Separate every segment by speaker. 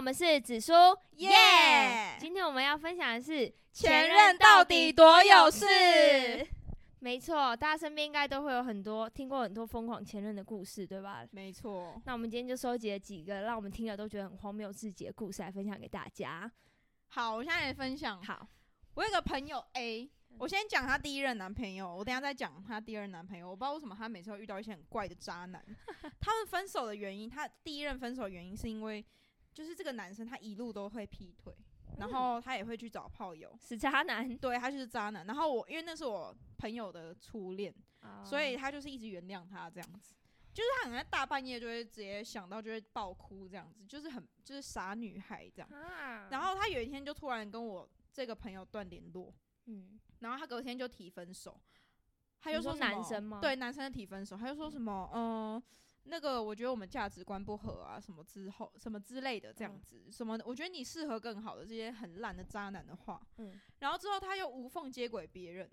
Speaker 1: 们是紫苏，
Speaker 2: 耶
Speaker 1: 今天我们要分享的是
Speaker 2: 前任到底多有事？
Speaker 1: 没错，大家身边应该都会有很多听过很多疯狂前任的故事，对吧？
Speaker 2: 没错，
Speaker 1: 那我们今天就收集了几个让我们听了都觉得很荒谬至极的故事来分享给大家。
Speaker 2: 好，嗯我现在来分享。
Speaker 1: 好，
Speaker 2: 我有个朋友 A，我先讲她第一任男朋友，我等一下再讲她第二任男朋友。我不知道为什么她每次会遇到一些很怪的渣 男。他们分手的原因，她第一任分手的原因是因为，就是这个男生他一路都会劈腿，然后他也会去找炮友。
Speaker 1: 死渣男，
Speaker 2: 对他就是渣男，然后我因为那是我朋友的初恋，所以他就是一直原谅他这样子，就是他可能大半夜就会直接想到就会爆哭这样子，就是很就是傻女孩这样。
Speaker 1: 啊
Speaker 2: 然后他有一天就突然跟我这个朋友断联络，
Speaker 1: 嗯，
Speaker 2: 然后他隔天就提分手，他
Speaker 1: 你
Speaker 2: 就
Speaker 1: 说
Speaker 2: 什么
Speaker 1: 男生吗
Speaker 2: 对，男生提分手，他就说什么嗯。呃那个，我觉得我们价值观不合啊，什么之后什么之类的，这样
Speaker 1: 嗯
Speaker 2: 子，什么我觉得你适合更好的这些很烂的渣男的话，
Speaker 1: 嗯
Speaker 2: 然后之后他又无缝接轨别人，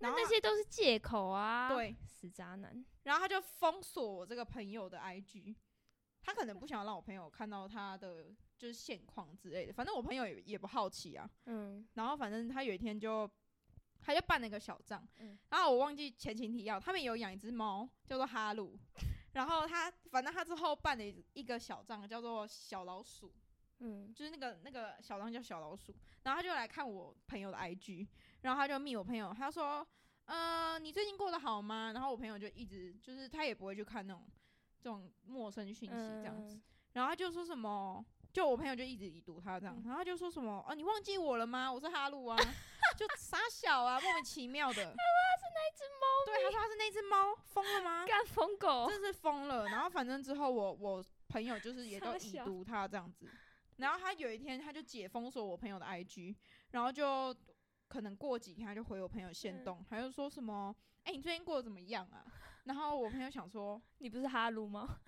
Speaker 1: 那
Speaker 2: 然后
Speaker 1: 那些都是借口啊。，
Speaker 2: 对，
Speaker 1: 死渣男，
Speaker 2: 然后他就封锁我这个朋友的 IG，他可能不想让我朋友看到他的就是现况之类的，反正我朋友也也不好奇啊。
Speaker 1: 嗯，
Speaker 2: 然后反正他有一天就他就办了一个小账，
Speaker 1: 嗯
Speaker 2: 然后我忘记前情提要，他们有养一只猫叫做哈鲁，然后他反正他之后办了一一个小账叫做小老鼠，
Speaker 1: 嗯，
Speaker 2: 就是那个那个小张叫小老鼠，然后他就来看我朋友的 IG，然后他就密我朋友，他说，呃，你最近过得好吗？然后我朋友就一直就是他也不会去看那种这种陌生讯息这样子，
Speaker 1: 嗯
Speaker 2: 然后他就说什么，就我朋友就一直已读他
Speaker 1: 嗯
Speaker 2: 这样，然后他就说什么，哦，你忘记我了吗？我是哈鲁啊， 就傻小啊，莫名其 妙的，对，他说他是那只猫，疯 了吗？
Speaker 1: 嗯干疯狗，
Speaker 2: 真是疯了。然后反正之后我我朋友就是也都
Speaker 1: 傻
Speaker 2: 已
Speaker 1: 笑
Speaker 2: 读他这样子，然后他有一天他就解封锁我朋友的 IG，然后就可能过几天他就回我朋友线
Speaker 1: 嗯
Speaker 2: 动，他就说什么：“哎、你最近过得怎么样啊？”然后我朋友想说，
Speaker 1: 你不是哈鲁吗？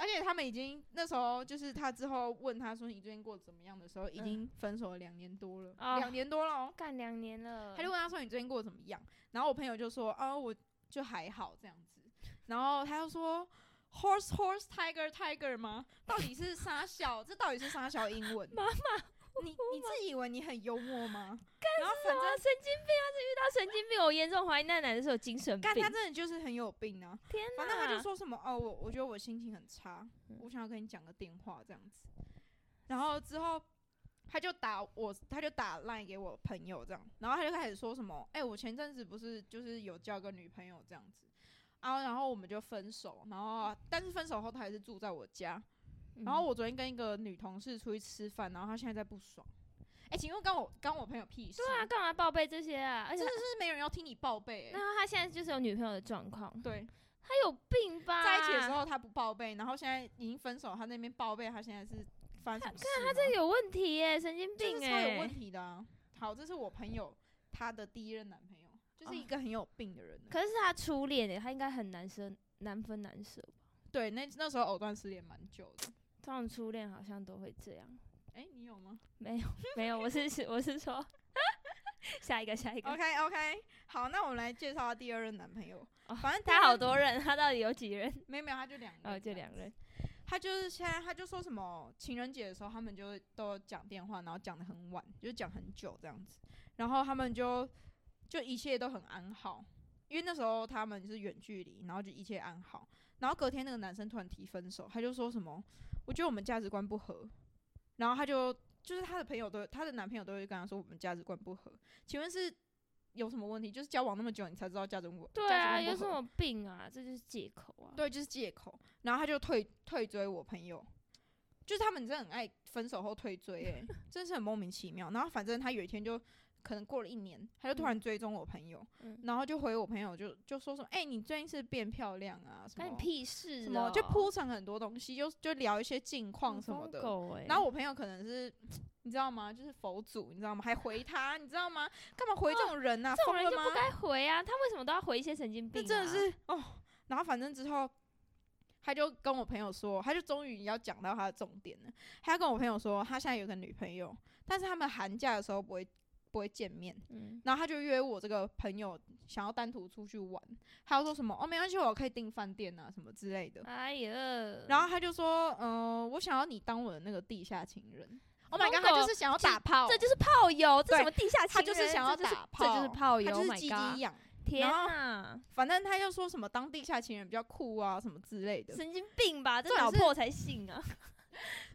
Speaker 2: 而且他们已经那时候就是他之后问他说你最近过得怎么样的时候，已
Speaker 1: 嗯
Speaker 2: 经分手了两年多了，
Speaker 1: 啊嗯
Speaker 2: 两、年多了哦。
Speaker 1: 干两年了，
Speaker 2: 他就问他说：“你最近过得怎么样？”然后我朋友就说：“啊，我就还好这样子。”然后他就说：“Horse, horse, tiger, tiger 吗？到底是傻小？这到底是傻小英文？”
Speaker 1: 妈
Speaker 2: 妈，你你自以为你很幽默吗？然后反正
Speaker 1: 啊，神经病！他是遇到神经病，我严重怀疑那男的是有精神病
Speaker 2: 干。他真的就是很有病啊！
Speaker 1: 天哪！
Speaker 2: 反正他就说什么哦，我我觉得我心情很差
Speaker 1: 嗯，
Speaker 2: 我想要跟你讲个电话这样子。然后之后他就打我，他就打 line 给我朋友这样，然后他就开始说什么，哎、我前阵子不是就是有交个女朋友这样子，啊，然后我们就分手，然后但是分手后他还是住在我家，
Speaker 1: 嗯，
Speaker 2: 然后我昨天跟一个女同事出去吃饭，然后他现在在不爽，哎、请问跟我跟我朋友屁事？
Speaker 1: 对啊，，干嘛报备这些啊？而且
Speaker 2: 真
Speaker 1: 他
Speaker 2: 的是没有人要听你报备、欸，
Speaker 1: 那他现在就是有女朋友的状况，
Speaker 2: 对。
Speaker 1: 他有病吧？
Speaker 2: 在一起的时候他不报备，然后现在已经分手，他那边报备，他现在是发生什么事吗？他
Speaker 1: 这有问题耶，神经
Speaker 2: 就
Speaker 1: 病
Speaker 2: 是超有问
Speaker 1: 哎。
Speaker 2: 题的、啊。好，这是我朋友他的第一任男朋友，就是一个很有病的人、
Speaker 1: 哦可是他初恋哎，他应该很难舍，难分难舍吧？
Speaker 2: 对，那那时候藕断丝连蛮久的。
Speaker 1: 通常初恋好像都会这样。
Speaker 2: 哎、你有吗
Speaker 1: 没 有，没有，我是是我是说 下一个下一个，
Speaker 2: ？OK OK，好，那我们来介绍他第二任男朋友。
Speaker 1: 哦
Speaker 2: 反正第二
Speaker 1: 他好
Speaker 2: 任，
Speaker 1: 多人，他到底有几人？
Speaker 2: 没有没有，他就两任，
Speaker 1: 哦，就两人。。
Speaker 2: 他就是现在，他就说什么情人节的时候，他们就都讲电话，然后讲的很晚，就是讲很久这样子。然后他们就就一切都很安好，因为那时候他们是远距离，然后就一切安好。然后隔天那个男生突然提分手，他就说什么，我觉得我们价值观不合。然后他就就是他的朋友都，他的男朋友都会跟他说我们价值观不合。请问是有什么问题？就是交往那么久，你才知道价值观
Speaker 1: 对啊，
Speaker 2: 价值观不合
Speaker 1: 有什么病啊？这就是借口啊。
Speaker 2: 对，就是借口。然后他就退退追我朋友，就是他们真的很爱分手后退追、 欸，真是很莫名其妙。然后反正他有一天就可能过了一年，他就突然追踪我朋友，
Speaker 1: 嗯
Speaker 2: 然后就回我朋友就就说什么，哎、你最近是变漂亮啊什
Speaker 1: 关你
Speaker 2: 么
Speaker 1: 屁事、哦！
Speaker 2: 什么，就铺成很多东西，就就聊一些近况什么的。
Speaker 1: 狗欸、
Speaker 2: 然后我朋友可能是。你知道吗？就是佛祖，你知道吗？还回他，你知道吗？干嘛回这种人呐、
Speaker 1: 哦
Speaker 2: 啊
Speaker 1: 这
Speaker 2: 疯
Speaker 1: 种人
Speaker 2: 了
Speaker 1: 就
Speaker 2: 吗
Speaker 1: 不该回啊！他为什么都要回一些神经病、
Speaker 2: 这
Speaker 1: 啊？
Speaker 2: 真的是哦。然后反正之后，他就跟我朋友说，他就终于要讲到他的重点了。他跟我朋友说，他现在有个女朋友，但是他们寒假的时候不会不会见面。
Speaker 1: 嗯，
Speaker 2: 然后他就约我这个朋友想要单独出去玩，他又说什么哦没关系，我可以订饭店啊什么之类的。
Speaker 1: 哎呀，
Speaker 2: 然后他就说，嗯、我想要你当我的那个地下情人。Oh my
Speaker 1: 疯
Speaker 2: god，他
Speaker 1: 狗
Speaker 2: 就是想要
Speaker 1: 这
Speaker 2: 打炮，
Speaker 1: 这就是炮友，这
Speaker 2: 对
Speaker 1: 什么地下情
Speaker 2: 他
Speaker 1: 人？
Speaker 2: 就是想要
Speaker 1: 这就
Speaker 2: 打炮，
Speaker 1: 这就是炮友。
Speaker 2: 他就
Speaker 1: Oh
Speaker 2: 是
Speaker 1: my
Speaker 2: 鸡
Speaker 1: god
Speaker 2: 鸡痒。
Speaker 1: 天
Speaker 2: 然后
Speaker 1: 哪，
Speaker 2: 反正他就说什么当地下情人比较酷啊，什么之类的。
Speaker 1: 神经病吧？这
Speaker 2: 重点
Speaker 1: 老
Speaker 2: 是
Speaker 1: 破才信啊！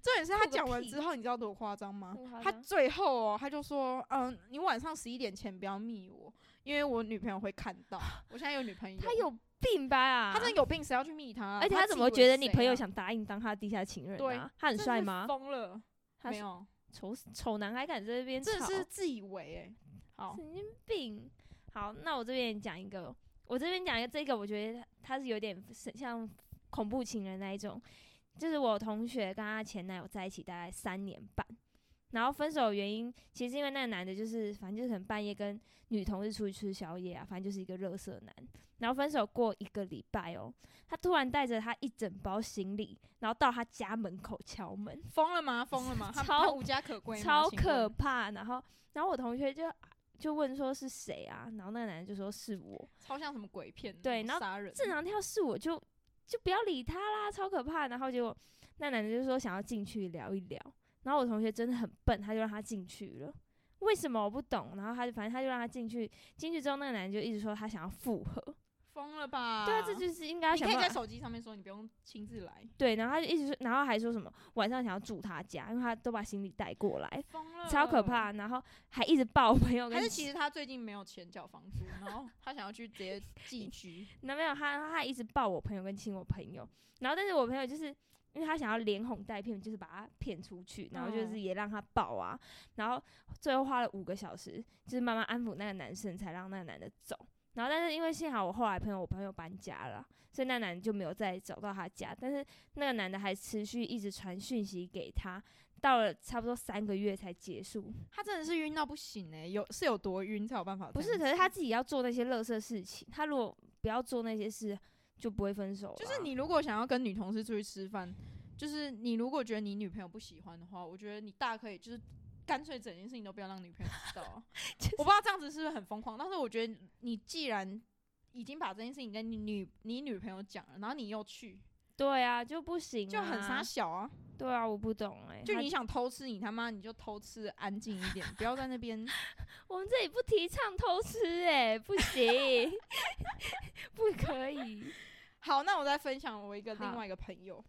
Speaker 2: 重点是他
Speaker 1: 酷个
Speaker 2: 讲完
Speaker 1: 屁
Speaker 2: 之后，你知道多夸张吗
Speaker 1: 多夸？
Speaker 2: 他
Speaker 1: 张
Speaker 2: 最后哦，他就说，嗯，你晚上十一点前不要密我，因为我女朋友会看到。 我现在有女朋友，
Speaker 1: 他有病吧？啊！
Speaker 2: 他真的有病，谁要去密他啊？
Speaker 1: 而且
Speaker 2: 他
Speaker 1: 他
Speaker 2: 自
Speaker 1: 怎
Speaker 2: 以
Speaker 1: 么
Speaker 2: 为
Speaker 1: 觉得你
Speaker 2: 谁
Speaker 1: 朋友
Speaker 2: 啊
Speaker 1: 想答应当他地下情人、啊？
Speaker 2: 对，
Speaker 1: 他很
Speaker 2: 真
Speaker 1: 帅
Speaker 2: 是
Speaker 1: 吗？
Speaker 2: 疯了，
Speaker 1: 他
Speaker 2: 没
Speaker 1: 是
Speaker 2: 有，
Speaker 1: 丑丑男还敢在这边吵，
Speaker 2: 真的是自以为 哎、好，
Speaker 1: 神经病。好，那我这边也讲一个，我这边讲一个，这个我觉得他他是有点是像恐怖情人那一种，就是我同学跟他前男友在一起大概三年半，然后分手的原因其实是因为那个男的就是反正就是可能半夜跟女同事出去吃宵夜啊，反正就是一个热色男。然后分手过一个礼拜哦，他突然带着他一整包行李，然后到他家门口敲门，
Speaker 2: 疯了吗？疯了吗？他他
Speaker 1: 超
Speaker 2: 无家可归吗，
Speaker 1: 超
Speaker 2: 请
Speaker 1: 可
Speaker 2: 问，
Speaker 1: 怕。然后，然后我同学就就问说是谁啊？然后那个男的就说是我。
Speaker 2: 超像什么鬼片，
Speaker 1: 对
Speaker 2: 什么
Speaker 1: 然后
Speaker 2: 杀人，
Speaker 1: 正常跳是我就就不要理他啦，超可怕。然后结果那男的就说想要进去聊一聊，然后我同学真的很笨，他就让他进去了。为什么我不懂？然后他就反正他就让他进去，进去之后那个男的就一直说他想要复合。
Speaker 2: 疯了吧？
Speaker 1: 对啊，这就是应该要
Speaker 2: 你
Speaker 1: 想
Speaker 2: 可以
Speaker 1: 办
Speaker 2: 在
Speaker 1: 法。
Speaker 2: 手机上面说，你不用亲自来，
Speaker 1: 对，然后他就一直说，然后还说什么晚上想要住他家，因为他都把行李带过来，
Speaker 2: 疯了，
Speaker 1: 超可。怕。然后还一直抱我朋友跟，
Speaker 2: 嗯还是其实他最近没有钱缴房租，然后他想要去直 接寄居，
Speaker 1: 那没有他，他还一直抱我朋友跟亲我朋友，然后但是我朋友就是因为他想要连哄带骗，就是把他骗出去，然后就是
Speaker 2: 嗯
Speaker 1: 也让他抱啊，然后最后花了五个小时，就是慢慢安抚那个男生，才让那个男的走。然后但是因为幸好我后来朋友我朋友搬家了，所以那男的就没有再找到他家，但是那个男的还持续一直传讯息给他，到了差不多三个月才结束。
Speaker 2: 他真的是晕到不行哎、有是有多晕才有办法这
Speaker 1: 不
Speaker 2: 样
Speaker 1: 是，
Speaker 2: 子？
Speaker 1: 可是他自己要做那些乐色事情，他如果不要做那些事，就不会分手了啊。
Speaker 2: 就是你如果想要跟女同事出去吃饭，就是你如果觉得你女朋友不喜欢的话，我觉得你大可以就是干脆整件事情都不要让女朋友知道 啊、我不知道这样子是不是很疯狂，但是我觉得你既然已经把这件事情跟你女你女朋友讲了，然后你又去，
Speaker 1: 对啊，就不行、
Speaker 2: 就很傻
Speaker 1: 傻。
Speaker 2: 小啊！欸
Speaker 1: 对啊，我不懂哎、
Speaker 2: 就
Speaker 1: 他
Speaker 2: 你，想偷吃，你他妈你就偷吃，安静一点，不要在那边。
Speaker 1: 我们这里不提倡偷吃哎、不行， 不可以。
Speaker 2: 好，那我再分享我一个
Speaker 1: 好
Speaker 2: 另外一个朋友，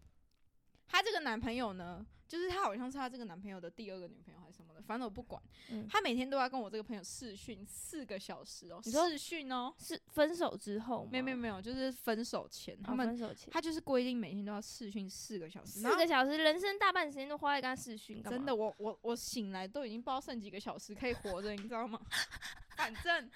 Speaker 2: 她这个男朋友呢，就是她好像是她这个男朋友的第二个女朋友还是什么的，反正我不管。
Speaker 1: 嗯
Speaker 2: 她每天都要跟我这个朋友视讯四个小时哦，
Speaker 1: 你说
Speaker 2: 视讯哦，
Speaker 1: 是分手之后吗？
Speaker 2: 没有没有没有，就是分手前
Speaker 1: 哦，
Speaker 2: 他们
Speaker 1: 分手前
Speaker 2: 她就是规定每天都要视讯四个小时，
Speaker 1: 四
Speaker 2: 然后
Speaker 1: 个小时，人生大半时间都花在跟他视讯，干嘛
Speaker 2: 真的，。我我我醒来都已经不知道剩几个小时可以活着，你知道吗？ 反正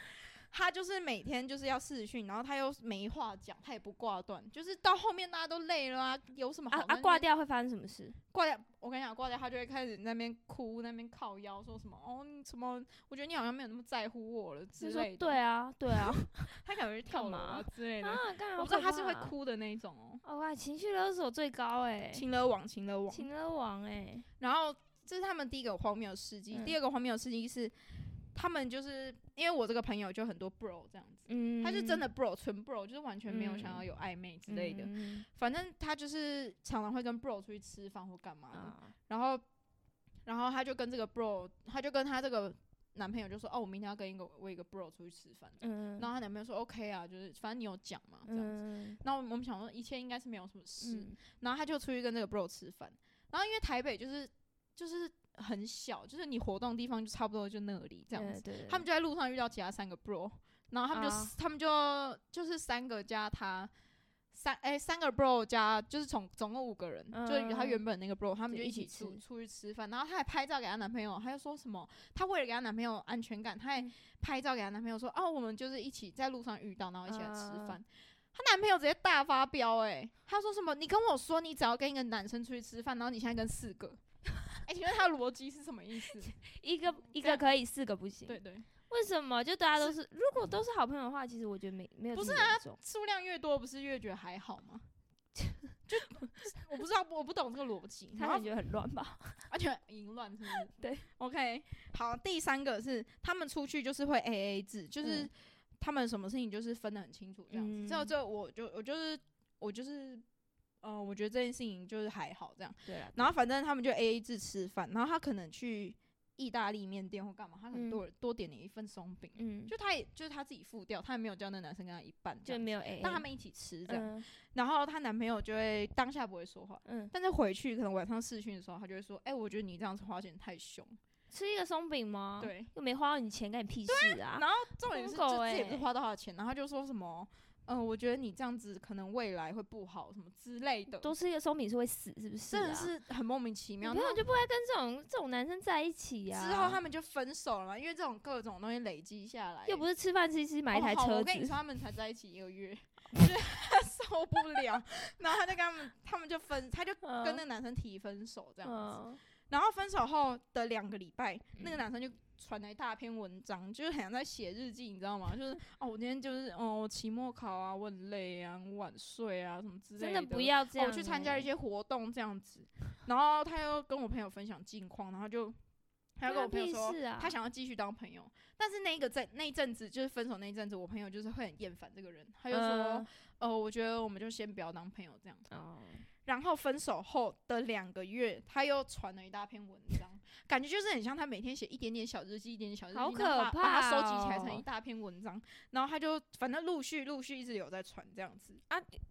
Speaker 2: 他就是每天就是要试训，然后他又没话讲，他也不挂断，就是到后面大家都累了啊，有什么好
Speaker 1: 啊
Speaker 2: 在那
Speaker 1: 啊！
Speaker 2: 边
Speaker 1: 挂掉会发生什么事？
Speaker 2: 挂掉，我跟你讲挂掉，他就会开始那边哭，那边靠腰说什么哦你什么，我觉得你好像没有那么在乎我了之
Speaker 1: 就说
Speaker 2: 类的，
Speaker 1: 对啊，对 啊，
Speaker 2: 他可能会跳
Speaker 1: 干
Speaker 2: 楼啊
Speaker 1: 嘛
Speaker 2: 之类的，
Speaker 1: 啊，干嘛？
Speaker 2: 我不知道他是会
Speaker 1: 好可怕啊。
Speaker 2: 哭的那一种哦，
Speaker 1: 哦哇，情绪勒索最高哎、
Speaker 2: 情勒网情勒网，
Speaker 1: 情勒王哎、
Speaker 2: 然后这是他们第一个荒谬的事迹。
Speaker 1: 嗯
Speaker 2: 第二个荒谬的事迹是，他们就是因为我这个朋友就很多 bro 这样子，
Speaker 1: 嗯，
Speaker 2: 他就真的 bro 纯 bro，就是完全没有想要
Speaker 1: 嗯
Speaker 2: 有暧昧之类的。
Speaker 1: 嗯
Speaker 2: 反正他就是常常会跟 bro 出去吃饭或干嘛的，
Speaker 1: 啊，
Speaker 2: 然后然后他就跟这个 bro，他就跟他这个男朋友就说：“哦，我明天要跟一个我一个 bro 出去吃饭。”
Speaker 1: 嗯，
Speaker 2: 然后她男朋友说：“OK 啊，就是反正你有讲嘛，这样子。
Speaker 1: 嗯
Speaker 2: 那我们想说一切应该是没有什么事，
Speaker 1: 嗯
Speaker 2: 然后他就出去跟这个 bro 吃饭。然后因为台北就是就是很小，就是你活动的地方就差不多就那里这样
Speaker 1: 嗯
Speaker 2: 子。
Speaker 1: 对对
Speaker 2: 他们就在路上遇到其他三个 bro，然后他们就、
Speaker 1: 啊
Speaker 2: 他们就就是三个加他。三哎、三个 bro 加就是总总共五个人，
Speaker 1: 嗯
Speaker 2: 就是他原本那个 bro，他们
Speaker 1: 就
Speaker 2: 就
Speaker 1: 一
Speaker 2: 一
Speaker 1: 起
Speaker 2: 起出
Speaker 1: 吃
Speaker 2: 出去吃饭，然后她还拍照给她男朋友，她就说什么，她为了给她男朋友安全感，她还
Speaker 1: 嗯
Speaker 2: 拍照给她男朋友说，哦，我们就是一起在路上遇到，然后一起来吃
Speaker 1: 嗯
Speaker 2: 饭，她男朋友直接大发飙哎、他说什么？你跟我说你只要跟一个男生出去吃饭，然后你现在跟四个，哎、请问他的逻辑是什么 意思？
Speaker 1: 一个一
Speaker 2: 嗯这
Speaker 1: 个
Speaker 2: 样
Speaker 1: 可以，四个不行。
Speaker 2: 对对，
Speaker 1: 为什么？就大家都是，如果都是好朋友的话，其实我觉得没没有
Speaker 2: 不
Speaker 1: 这么
Speaker 2: 是啊
Speaker 1: 严重
Speaker 2: 数量越多不是越觉得还好吗？ 我不知道，我不懂这个逻辑。
Speaker 1: 他
Speaker 2: 然
Speaker 1: 可
Speaker 2: 后
Speaker 1: 能觉得很乱 吧？
Speaker 2: 而且很淫乱是不是？
Speaker 1: 对
Speaker 2: ，OK，好，第三个是他们出去就是会 A A 制，就是、
Speaker 1: 嗯
Speaker 2: 他们什么事情就是分得很清楚这样子。
Speaker 1: 嗯
Speaker 2: 之后这我就我就是我就是，呃，我觉得这件事情就是还好这样。
Speaker 1: 对了，
Speaker 2: 然后反正他们就 A A 制吃饭，然后他可能去意大利面店或干嘛，他可能
Speaker 1: 嗯
Speaker 2: 多、多点了一份松饼，
Speaker 1: 嗯，
Speaker 2: 就他也就是他自己付掉，他也没有叫那男生跟他一半这
Speaker 1: 就
Speaker 2: 样
Speaker 1: 没
Speaker 2: 子，
Speaker 1: 有 A，
Speaker 2: 但他们一起吃这样。
Speaker 1: 嗯
Speaker 2: 然后她男朋友就会当下不会说话，
Speaker 1: 嗯，
Speaker 2: 但是回去可能晚上视讯的时候，他就会说：“哎、我觉得你这样子花钱太凶。
Speaker 1: 吃一个松饼吗？，
Speaker 2: 对，
Speaker 1: 又没花到你钱，干你屁事啊！
Speaker 2: 然后重点是
Speaker 1: 疯狗
Speaker 2: 就自己也不是
Speaker 1: 欸
Speaker 2: 花多少钱，然后他就说什么：“嗯、我觉得你这样子可能未来会不好什么之类的。”
Speaker 1: 多吃一个松饼是会死，是不是、啊？
Speaker 2: 真的是很莫名其
Speaker 1: 女
Speaker 2: 妙。
Speaker 1: 朋
Speaker 2: 然
Speaker 1: 友
Speaker 2: 后
Speaker 1: 就不该跟这种这种男生在一起呀、
Speaker 2: 之后他们就分手了嘛，因为这种各种东西累积下来，哦
Speaker 1: 又不是吃饭吃一吃买一台
Speaker 2: 哦好
Speaker 1: 车
Speaker 2: 我
Speaker 1: 子，
Speaker 2: 跟你说，他们才在一起一 个月，就是他受不了，然后他就跟他们，他们就分，他就
Speaker 1: 嗯
Speaker 2: 跟那个男生提分手这样子。
Speaker 1: 嗯
Speaker 2: 然后分手后的两个礼拜，那个男生就传了一大篇文章，就是很像在写日记，你知道吗？就是哦，我今天就是哦，我期末考啊，我很累啊，我晚睡啊，什么之类
Speaker 1: 真
Speaker 2: 的
Speaker 1: 的不要这
Speaker 2: 哦
Speaker 1: 样、欸
Speaker 2: 我去参加一，些活动这样子，然后他又跟我朋友分享近况，然后就他又跟我朋友说
Speaker 1: 关他屁事啊，
Speaker 2: 他想要继续当朋友，但是那个在那一阵子就是分手那一阵子，我朋友就是会很厌烦这个人，
Speaker 1: 他
Speaker 2: 他就说，
Speaker 1: 嗯
Speaker 2: 呃，我觉得我们就先不要当朋友这样。
Speaker 1: 哦，
Speaker 2: 然后分手后的两个月，他又传了一大篇文章， 感觉就是很像他每天写一点点小日记，一点点小日记，
Speaker 1: 好
Speaker 2: 然后
Speaker 1: 可
Speaker 2: 把把它
Speaker 1: 怕
Speaker 2: 收集起来成
Speaker 1: 哦
Speaker 2: 一大篇文章，然后他就反正陆续陆续一直有在传这样子。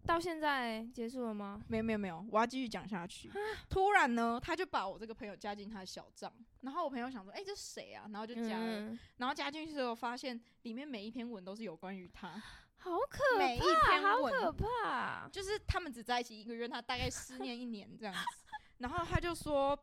Speaker 1: 到现在结束了吗？
Speaker 2: 没有没有没有，我要继续讲下去。突然呢，他就把我这个朋友加进他的小账，然后我朋友想说，哎、这谁啊？然后就加了，
Speaker 1: 嗯，
Speaker 2: 然后加进去之后发现里面每一篇文都是有关于他，
Speaker 1: 好可
Speaker 2: 每一
Speaker 1: 怕，
Speaker 2: 篇
Speaker 1: 啊好可
Speaker 2: 文
Speaker 1: 怕，
Speaker 2: 就是他们只在一起一个月，他大概失恋一年这样子。 然后他就说，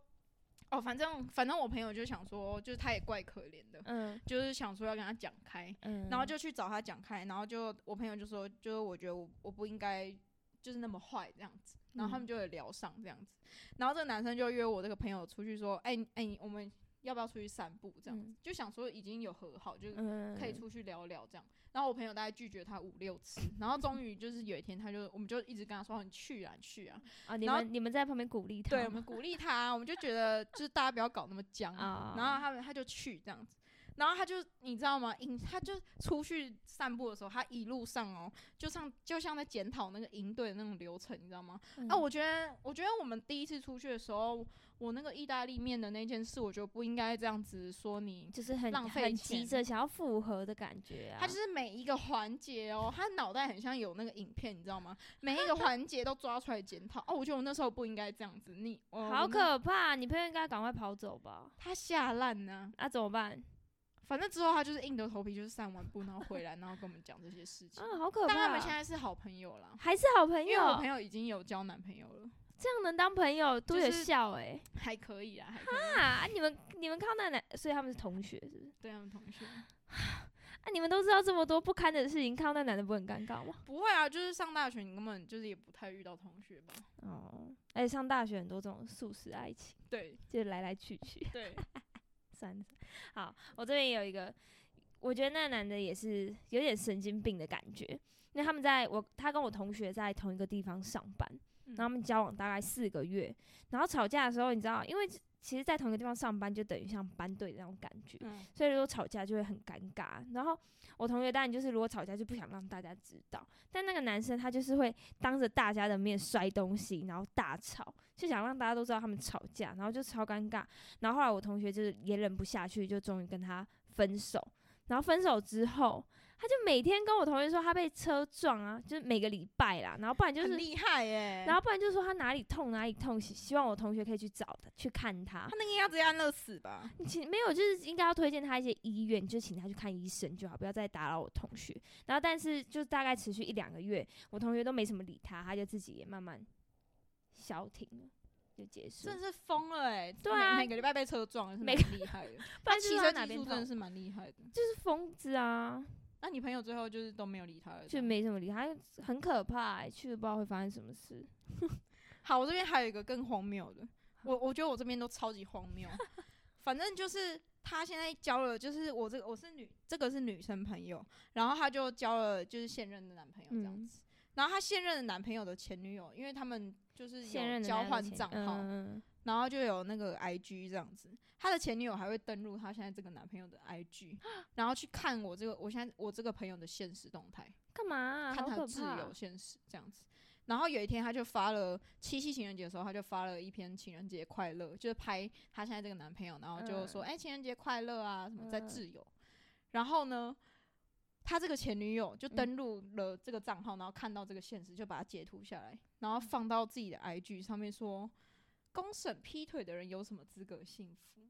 Speaker 2: 哦，反正反正我朋友就想说，就是他也怪可怜的，
Speaker 1: 嗯
Speaker 2: 就是想说要跟他讲开，
Speaker 1: 嗯，
Speaker 2: 然后就去找他讲开，然后就我朋友就说，就是我觉得我我不应该就是那么坏这样子，然后他们就有聊上这样子，然后这个男生就约我这个朋友出去说，哎、你哎、你我们要不要出去散步这样子，
Speaker 1: 嗯
Speaker 2: 就想说已经有和好，就
Speaker 1: 嗯
Speaker 2: 可以出去聊聊这样。然后我朋友大概拒绝他五六次，然后终于就是有一天，他就我们就一直跟他说你去啊你去啊，
Speaker 1: 啊，你
Speaker 2: 然后
Speaker 1: 们你们在旁边鼓励他，
Speaker 2: 对我们鼓励他，我们就觉得就是大家不要搞那么僵
Speaker 1: 啊，
Speaker 2: 然后他们他就去这样子，然后他就你知道吗？营他就出去散步的时候，他一路上哦，就像就像在检讨那个营队的那种流程，你知道吗？
Speaker 1: 嗯
Speaker 2: 啊，我觉得我觉得我们第一次出去的时候，我那个意大利面的那件事，我觉得不应该这样子说你。
Speaker 1: 就是很
Speaker 2: 浪费
Speaker 1: 很
Speaker 2: 钱
Speaker 1: 急着想要复合的感觉啊，
Speaker 2: 他就是每一个环节哦，他脑袋很像有那个影片，你知道吗？每一个环节都抓出来检讨。哦，我觉得我那时候不应该这样子，你、哦、
Speaker 1: 好
Speaker 2: 我那
Speaker 1: 可怕，你朋友应该赶快跑走吧？
Speaker 2: 他吓烂呢、
Speaker 1: 那怎么办？
Speaker 2: 反正之后他就是硬着头皮，就是散完步然后回来，然后跟我们讲这些事 情。
Speaker 1: 啊，好可
Speaker 2: 但
Speaker 1: 怕！
Speaker 2: 他们现在是好朋友啦，
Speaker 1: 还是好朋
Speaker 2: 因为我
Speaker 1: 友
Speaker 2: 朋，友已经有交男朋友了，
Speaker 1: 这样能当朋友多有
Speaker 2: 就是
Speaker 1: 效哎！
Speaker 2: 还可以啦，还可以。
Speaker 1: 啊，你们你们靠那男，所以他们是同学是不 是？
Speaker 2: 对他们同学
Speaker 1: 啊，你们都知道这么多不堪的事情，靠那男的不会很尴尬吗？
Speaker 2: 不会啊，就是上大学你根本就是也不太遇到同学吧？
Speaker 1: 哦，
Speaker 2: 哎
Speaker 1: 而且上大学很多这种素食爱情，
Speaker 2: 对
Speaker 1: 就是来来去去，
Speaker 2: 对，
Speaker 1: 算了。好，我这边也有一个，我觉得那男的也是有点神经病的感觉。因为他们在我，他跟我同学在同一个地方上班， 然
Speaker 2: 嗯
Speaker 1: 后他们交往大概四个月，然后吵架的时候，你知道，因为其实，在同一个地方上班，就等于像班队的那种感觉，
Speaker 2: 嗯
Speaker 1: 所以如果吵架就会很尴尬。然后我同学当然就是如果吵架就不想让大家知道，但那个男生他就是会当着大家的面摔东西，然后大吵，就想让大家都知道他们吵架，然后就超尴尬。然后后来我同学就是也忍不下去，就终于跟他分手。然后分手之后，他就每天跟我同学说他被车撞啊，就是每个礼拜啦，然后不然就是
Speaker 2: 很厉害耶。
Speaker 1: 然后
Speaker 2: 后
Speaker 1: 不然就是说他哪里痛哪里痛，希希望我同学可以去找他去看他
Speaker 2: 他。那个应该直接安乐死吧？
Speaker 1: 你请没有，就是应该要推荐他一些医院，就请他去看医生就好，不要再打扰我同学。然后但是就大概持续一两个月，我同学都没什么理他，他就自己也慢慢消停了，就结束。
Speaker 2: 真的是疯了哎！
Speaker 1: 对啊
Speaker 2: 每每个礼拜被车撞，是蛮
Speaker 1: 每个
Speaker 2: 厉害的。
Speaker 1: 不然
Speaker 2: 他
Speaker 1: 就
Speaker 2: 骑
Speaker 1: 是
Speaker 2: 车
Speaker 1: 他哪
Speaker 2: 技
Speaker 1: 边
Speaker 2: 术真的
Speaker 1: 痛，
Speaker 2: 是蛮厉害的。
Speaker 1: 就是疯子啊，
Speaker 2: 那你朋友最后就是都没有理他了，这
Speaker 1: 就
Speaker 2: 样
Speaker 1: 没什么理他，很可怕、欸，去了不知道会发生什么事。
Speaker 2: 好，我这边还有一个更荒谬的，我我觉得我这边都超级荒 谬。反正就是他现在交了，就是我这个我是女，这个是女生朋友，然后他就交了就是现任的男朋友这样
Speaker 1: 嗯
Speaker 2: 子。然后她现任的男朋友的前女友，因为他们就是
Speaker 1: 现任
Speaker 2: 有
Speaker 1: 的
Speaker 2: 交
Speaker 1: 男友
Speaker 2: 换
Speaker 1: 前
Speaker 2: 账号，
Speaker 1: 嗯，
Speaker 2: 然后就有那个 IG 这样子，她的前女友还会登录她现在这个男朋友的 IG，然后去看我这个我现在我这个朋友的现实动态，
Speaker 1: 干嘛啊？
Speaker 2: 看
Speaker 1: 好
Speaker 2: 他
Speaker 1: 可
Speaker 2: 的自
Speaker 1: 怕
Speaker 2: 由现实这样子。然后有一天，她就发了七夕情人节的时候，她就发了一篇情人节快乐，就是拍她现在这个男朋友，然后就说：“哎、情人节快乐啊，什么在
Speaker 1: 嗯
Speaker 2: 自由。然后呢，她这个前女友就
Speaker 1: 嗯
Speaker 2: 登录了这个账号，然后看到这个现实，就把它截图下来，然
Speaker 1: 嗯
Speaker 2: 后放到自己的 IG 上面说：“公审劈腿的人有什么资格幸福？”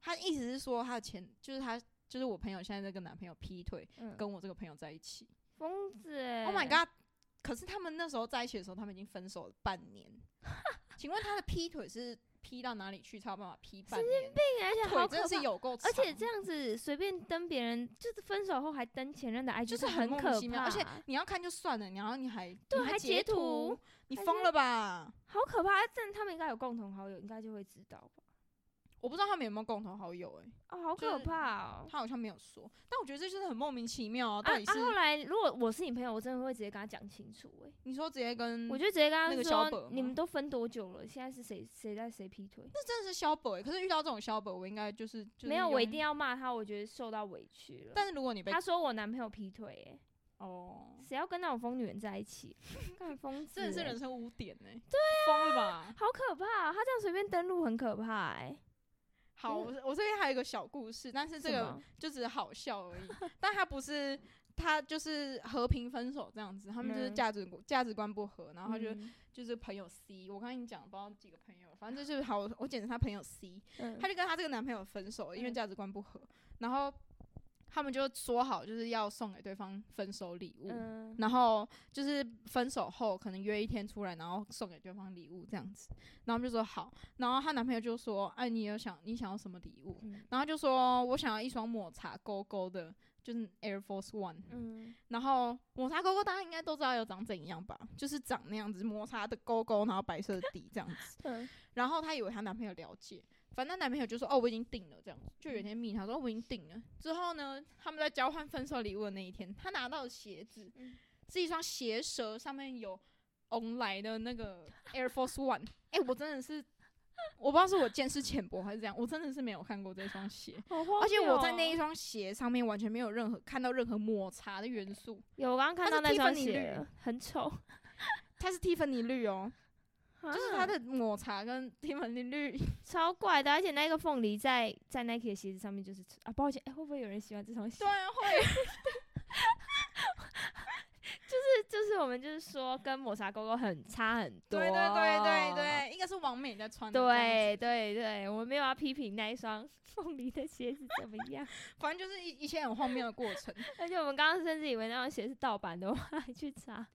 Speaker 2: 她意思是说，她的前就是她就是我朋友现在这个男朋友劈腿，
Speaker 1: 嗯，
Speaker 2: 跟我这个朋友在一起。
Speaker 1: 疯子欸
Speaker 2: Oh my god！可是他们那时候在一起的时候，他们已经分手了半年。请问他的劈腿是劈到哪里去才有办法劈半年？
Speaker 1: 而且
Speaker 2: 腿
Speaker 1: 好
Speaker 2: 真
Speaker 1: 可
Speaker 2: 的
Speaker 1: 怕
Speaker 2: 是。有够长，
Speaker 1: 而且这样子随便登别人，就是分手后还登前任的 IG，
Speaker 2: 就是
Speaker 1: 很
Speaker 2: 莫名
Speaker 1: 可
Speaker 2: 其妙。
Speaker 1: 怕，
Speaker 2: 而且你要看就算了，然后你还
Speaker 1: 对
Speaker 2: 你
Speaker 1: 还
Speaker 2: 截
Speaker 1: 截图
Speaker 2: 图，你
Speaker 1: 还
Speaker 2: 疯
Speaker 1: 是
Speaker 2: 了吧？
Speaker 1: 好可怕。但他们应该有共同好友，应该就会知道吧？
Speaker 2: 我不知道他们有没有共同好友、欸，
Speaker 1: 哦，好
Speaker 2: 就
Speaker 1: 可
Speaker 2: 是
Speaker 1: 怕哦！
Speaker 2: 他好像没有说，但我觉得这就是很莫名其妙啊！
Speaker 1: 啊
Speaker 2: 到底是、
Speaker 1: 啊！后来如果我是你朋友，我真的会直接跟他讲清楚、欸。
Speaker 2: 你说直接跟，
Speaker 1: 我就直接跟
Speaker 2: 嗯
Speaker 1: 他
Speaker 2: 那个
Speaker 1: 说：“
Speaker 2: 小本
Speaker 1: 你
Speaker 2: 吗
Speaker 1: 们都分多久了？现在是谁谁在谁劈腿？”
Speaker 2: 这真的是肖博、欸，可是遇到这种肖博，我应该就是、就是、
Speaker 1: 没有，我一定
Speaker 2: 要。
Speaker 1: 要骂他，我觉得受到委屈了。
Speaker 2: 但是如果你被
Speaker 1: 他说我男朋友劈腿、欸，
Speaker 2: 哦，
Speaker 1: 谁要跟那种疯女人在一起？ 干疯子、
Speaker 2: 真的是
Speaker 1: 欸
Speaker 2: 人生污点呢、对啊，疯了吧？
Speaker 1: 好可怕、啊！他这样随便登录很可怕、欸，
Speaker 2: 好，我我这边还有一个小故事，但是这
Speaker 1: 什
Speaker 2: 个
Speaker 1: 么
Speaker 2: 就只是好笑而已。但他不是，他就是和平分手这样子，他们就是
Speaker 1: 嗯
Speaker 2: 价值观价值观不合，然后他就、
Speaker 1: 嗯
Speaker 2: 就是朋友 C，我刚跟你讲，不知道几个朋友，反正就是好，我我简称他朋友 C，
Speaker 1: 嗯
Speaker 2: 他就跟他这个男朋友分手了，因为
Speaker 1: 嗯
Speaker 2: 价值观不合，然后他们就说好就是要送给对方分手礼物，
Speaker 1: 嗯
Speaker 2: 然后就是分手后可能约一天出来，然后送给对方礼物这样子。然后我们就说好，然后她男朋友就说：“哎，你有想你想要什么礼物？”
Speaker 1: 嗯
Speaker 2: 然后就说：“我想要一双抹茶勾勾的，就是 Air Force One。
Speaker 1: 嗯，
Speaker 2: 然后抹茶勾勾大家应该都知道有长怎样吧，就是长那样子摩擦的勾勾，然后白色的底这样子。
Speaker 1: 嗯
Speaker 2: 然后她以为她男朋友了解，反正她男朋友就说：“哦，我已经定了。”这样子，就有一天密她说：“哦我已经定了。”之后呢，他们在交换分手礼物的那一天，她拿到的鞋子
Speaker 1: 嗯
Speaker 2: 是一双鞋舌，上面有 On 来的那 个 Air Force One。哎、我真的是， 我不知道是我见识浅薄还是怎样，我真的是没有看过这双鞋。
Speaker 1: 好荒
Speaker 2: 而且我在
Speaker 1: 谬
Speaker 2: 那一
Speaker 1: 哦
Speaker 2: 双鞋上面完全没有任何看到任何抹茶的元素，
Speaker 1: 有我刚刚看
Speaker 2: 它
Speaker 1: 到
Speaker 2: 是
Speaker 1: 那双
Speaker 2: Tiffany 绿
Speaker 1: 鞋了，很丑，
Speaker 2: 它是蒂芬尼绿哦，就是它
Speaker 1: 啊
Speaker 2: 的抹茶跟蒂芬尼绿
Speaker 1: 超怪的，而且那个凤梨在在 Nike 的鞋子上面就是啊，抱歉，哎、会不会有人喜欢这双鞋？
Speaker 2: 对啊，会
Speaker 1: 是就是我们就是说跟抹茶勾勾很差很多，
Speaker 2: 对对对对对，一个是王美在穿的，
Speaker 1: 对对对，我们没有要批评那一双凤梨的鞋子怎么样，
Speaker 2: 反正就是一一些很荒谬的过 程。
Speaker 1: 而且我们刚刚甚至以为那双鞋是盗版的，我还去查，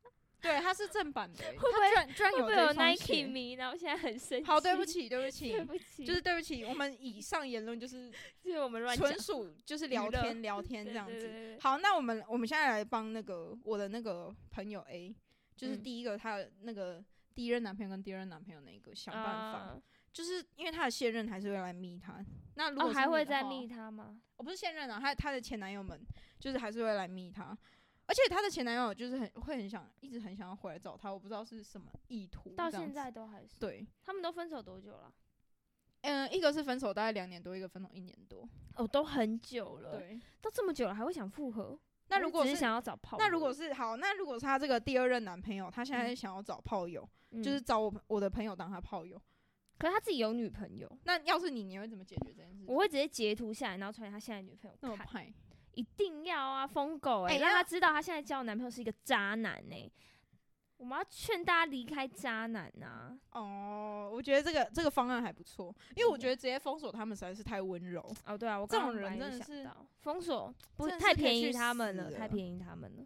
Speaker 2: 对，它是正版的欸，
Speaker 1: 会不
Speaker 2: 它居然居然
Speaker 1: 会不
Speaker 2: 有
Speaker 1: 会
Speaker 2: 这
Speaker 1: 有
Speaker 2: 一双
Speaker 1: Nike
Speaker 2: 鞋。
Speaker 1: 迷？然后现在很生气，
Speaker 2: 好，对不，起，对不起
Speaker 1: 对，不起，
Speaker 2: 就是对不起，我们以上言论就是
Speaker 1: 就是我们乱讲
Speaker 2: 纯，属就是
Speaker 1: 娱
Speaker 2: 聊
Speaker 1: 乐
Speaker 2: 天聊天这
Speaker 1: 对
Speaker 2: 样
Speaker 1: 对
Speaker 2: 子。
Speaker 1: 对对
Speaker 2: 好，那我们我们现在来帮那个我的那个朋友 A，就是
Speaker 1: 嗯
Speaker 2: 第一个她的那个第一任男朋友跟第二任男朋友那个想办法，
Speaker 1: 啊
Speaker 2: 就是因为她的现任还是会来密她。那如果
Speaker 1: 哦，
Speaker 2: 是
Speaker 1: 还
Speaker 2: 你
Speaker 1: 会
Speaker 2: 的
Speaker 1: 再
Speaker 2: 话
Speaker 1: 密他吗？
Speaker 2: 我不是现任啊，她她的前男友们就是还是会来密她，而且她的前男友就是很会很想一直很想要回来找她，我不知道是什么意图。
Speaker 1: 到
Speaker 2: 嗯这样
Speaker 1: 现在
Speaker 2: 子
Speaker 1: 都还是，
Speaker 2: 对，
Speaker 1: 他们都分手多久了？
Speaker 2: 嗯，一个是分手大概两年多，一个分手一年多。
Speaker 1: 哦，都很久了，，
Speaker 2: 对，
Speaker 1: 都这么久了还会想复合？
Speaker 2: 那
Speaker 1: 我
Speaker 2: 如
Speaker 1: 就
Speaker 2: 果
Speaker 1: 只
Speaker 2: 是
Speaker 1: 是想要找炮友，
Speaker 2: 那如果是好，那如果是她这个第二任男朋友，她现在想要找炮友，
Speaker 1: 嗯
Speaker 2: 就是，找我我的朋友当她炮友，
Speaker 1: 可是他自己有女朋友，
Speaker 2: 那要是你，你会怎么解决这件事？
Speaker 1: 我会直接截图下来，然后传给他现在的女朋
Speaker 2: 嗯那
Speaker 1: 友
Speaker 2: 么
Speaker 1: 看，
Speaker 2: 派，
Speaker 1: 一定要啊，疯狗哎、
Speaker 2: 哎
Speaker 1: 让
Speaker 2: 那
Speaker 1: 他知道他现在交的男朋友是一个渣男哎、我们要劝大家离开渣男啊！
Speaker 2: 哦，我觉得这个这个方案还不错，因为我
Speaker 1: 真的
Speaker 2: 觉得直接封锁他们实在是太温柔。
Speaker 1: 哦，对啊，我
Speaker 2: 这
Speaker 1: 刚
Speaker 2: 种
Speaker 1: 刚
Speaker 2: 人
Speaker 1: 本来
Speaker 2: 真的
Speaker 1: 就想
Speaker 2: 是
Speaker 1: 到封锁，不
Speaker 2: 真的是
Speaker 1: 太
Speaker 2: 可以
Speaker 1: 便
Speaker 2: 去
Speaker 1: 宜他们
Speaker 2: 死
Speaker 1: 了，太
Speaker 2: 了
Speaker 1: 便宜他们了。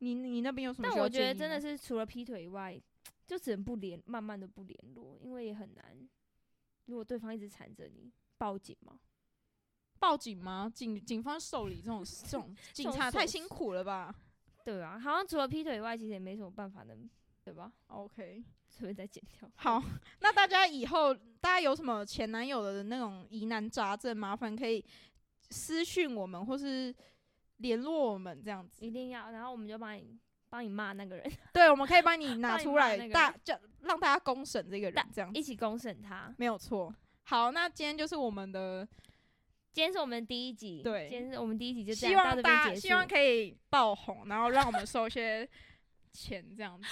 Speaker 2: 你你那边有什么
Speaker 1: 但
Speaker 2: 需要建议吗？
Speaker 1: 我觉得真的是除了劈腿以外，就只能不联，慢慢的不联络，因为也很难。如果对方一直缠着你，报警吗？
Speaker 2: 报警吗？警警方受理这 种这种警
Speaker 1: 种
Speaker 2: 察
Speaker 1: 手
Speaker 2: 太
Speaker 1: 续
Speaker 2: 辛苦了吧
Speaker 1: 对啊，好像除了劈腿以外，其实也没什么办法能，对吧？
Speaker 2: ？OK，
Speaker 1: 是不是再剪 掉？
Speaker 2: 好，那大家以后大家有什么前男友的那种疑难杂症，麻烦可以私讯我们或是联络我们这样子。
Speaker 1: 一定要，然后我们就帮你帮你骂那个 人，
Speaker 2: 对，我们可以帮你拿
Speaker 1: 帮你
Speaker 2: 出
Speaker 1: 骂
Speaker 2: 来
Speaker 1: 那个，
Speaker 2: 大叫让大家公审这个人
Speaker 1: 大，
Speaker 2: 这样子
Speaker 1: 一起公审他。
Speaker 2: 没有错。好，那今天就是我们的，
Speaker 1: 今天是我们第一集，
Speaker 2: 对
Speaker 1: 今天是我们第一集就这
Speaker 2: 希
Speaker 1: 样到
Speaker 2: 望
Speaker 1: 这
Speaker 2: 大
Speaker 1: 边
Speaker 2: 家
Speaker 1: 结
Speaker 2: 希望
Speaker 1: 束。
Speaker 2: 可以爆红，然后让我们收一些钱，这样子，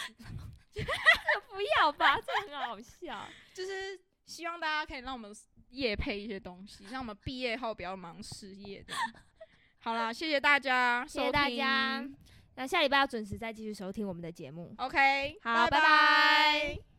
Speaker 1: 不要吧， 这很好笑。
Speaker 2: 就是希望大家可以让我们业配一些东西，让我们毕业后不要忙失业这样。好啦，谢谢大家收
Speaker 1: 谢谢
Speaker 2: 听，
Speaker 1: 大家那下礼拜要准时再继续收听我们的节目。
Speaker 2: ，OK，
Speaker 1: 好拜
Speaker 2: 拜
Speaker 1: 拜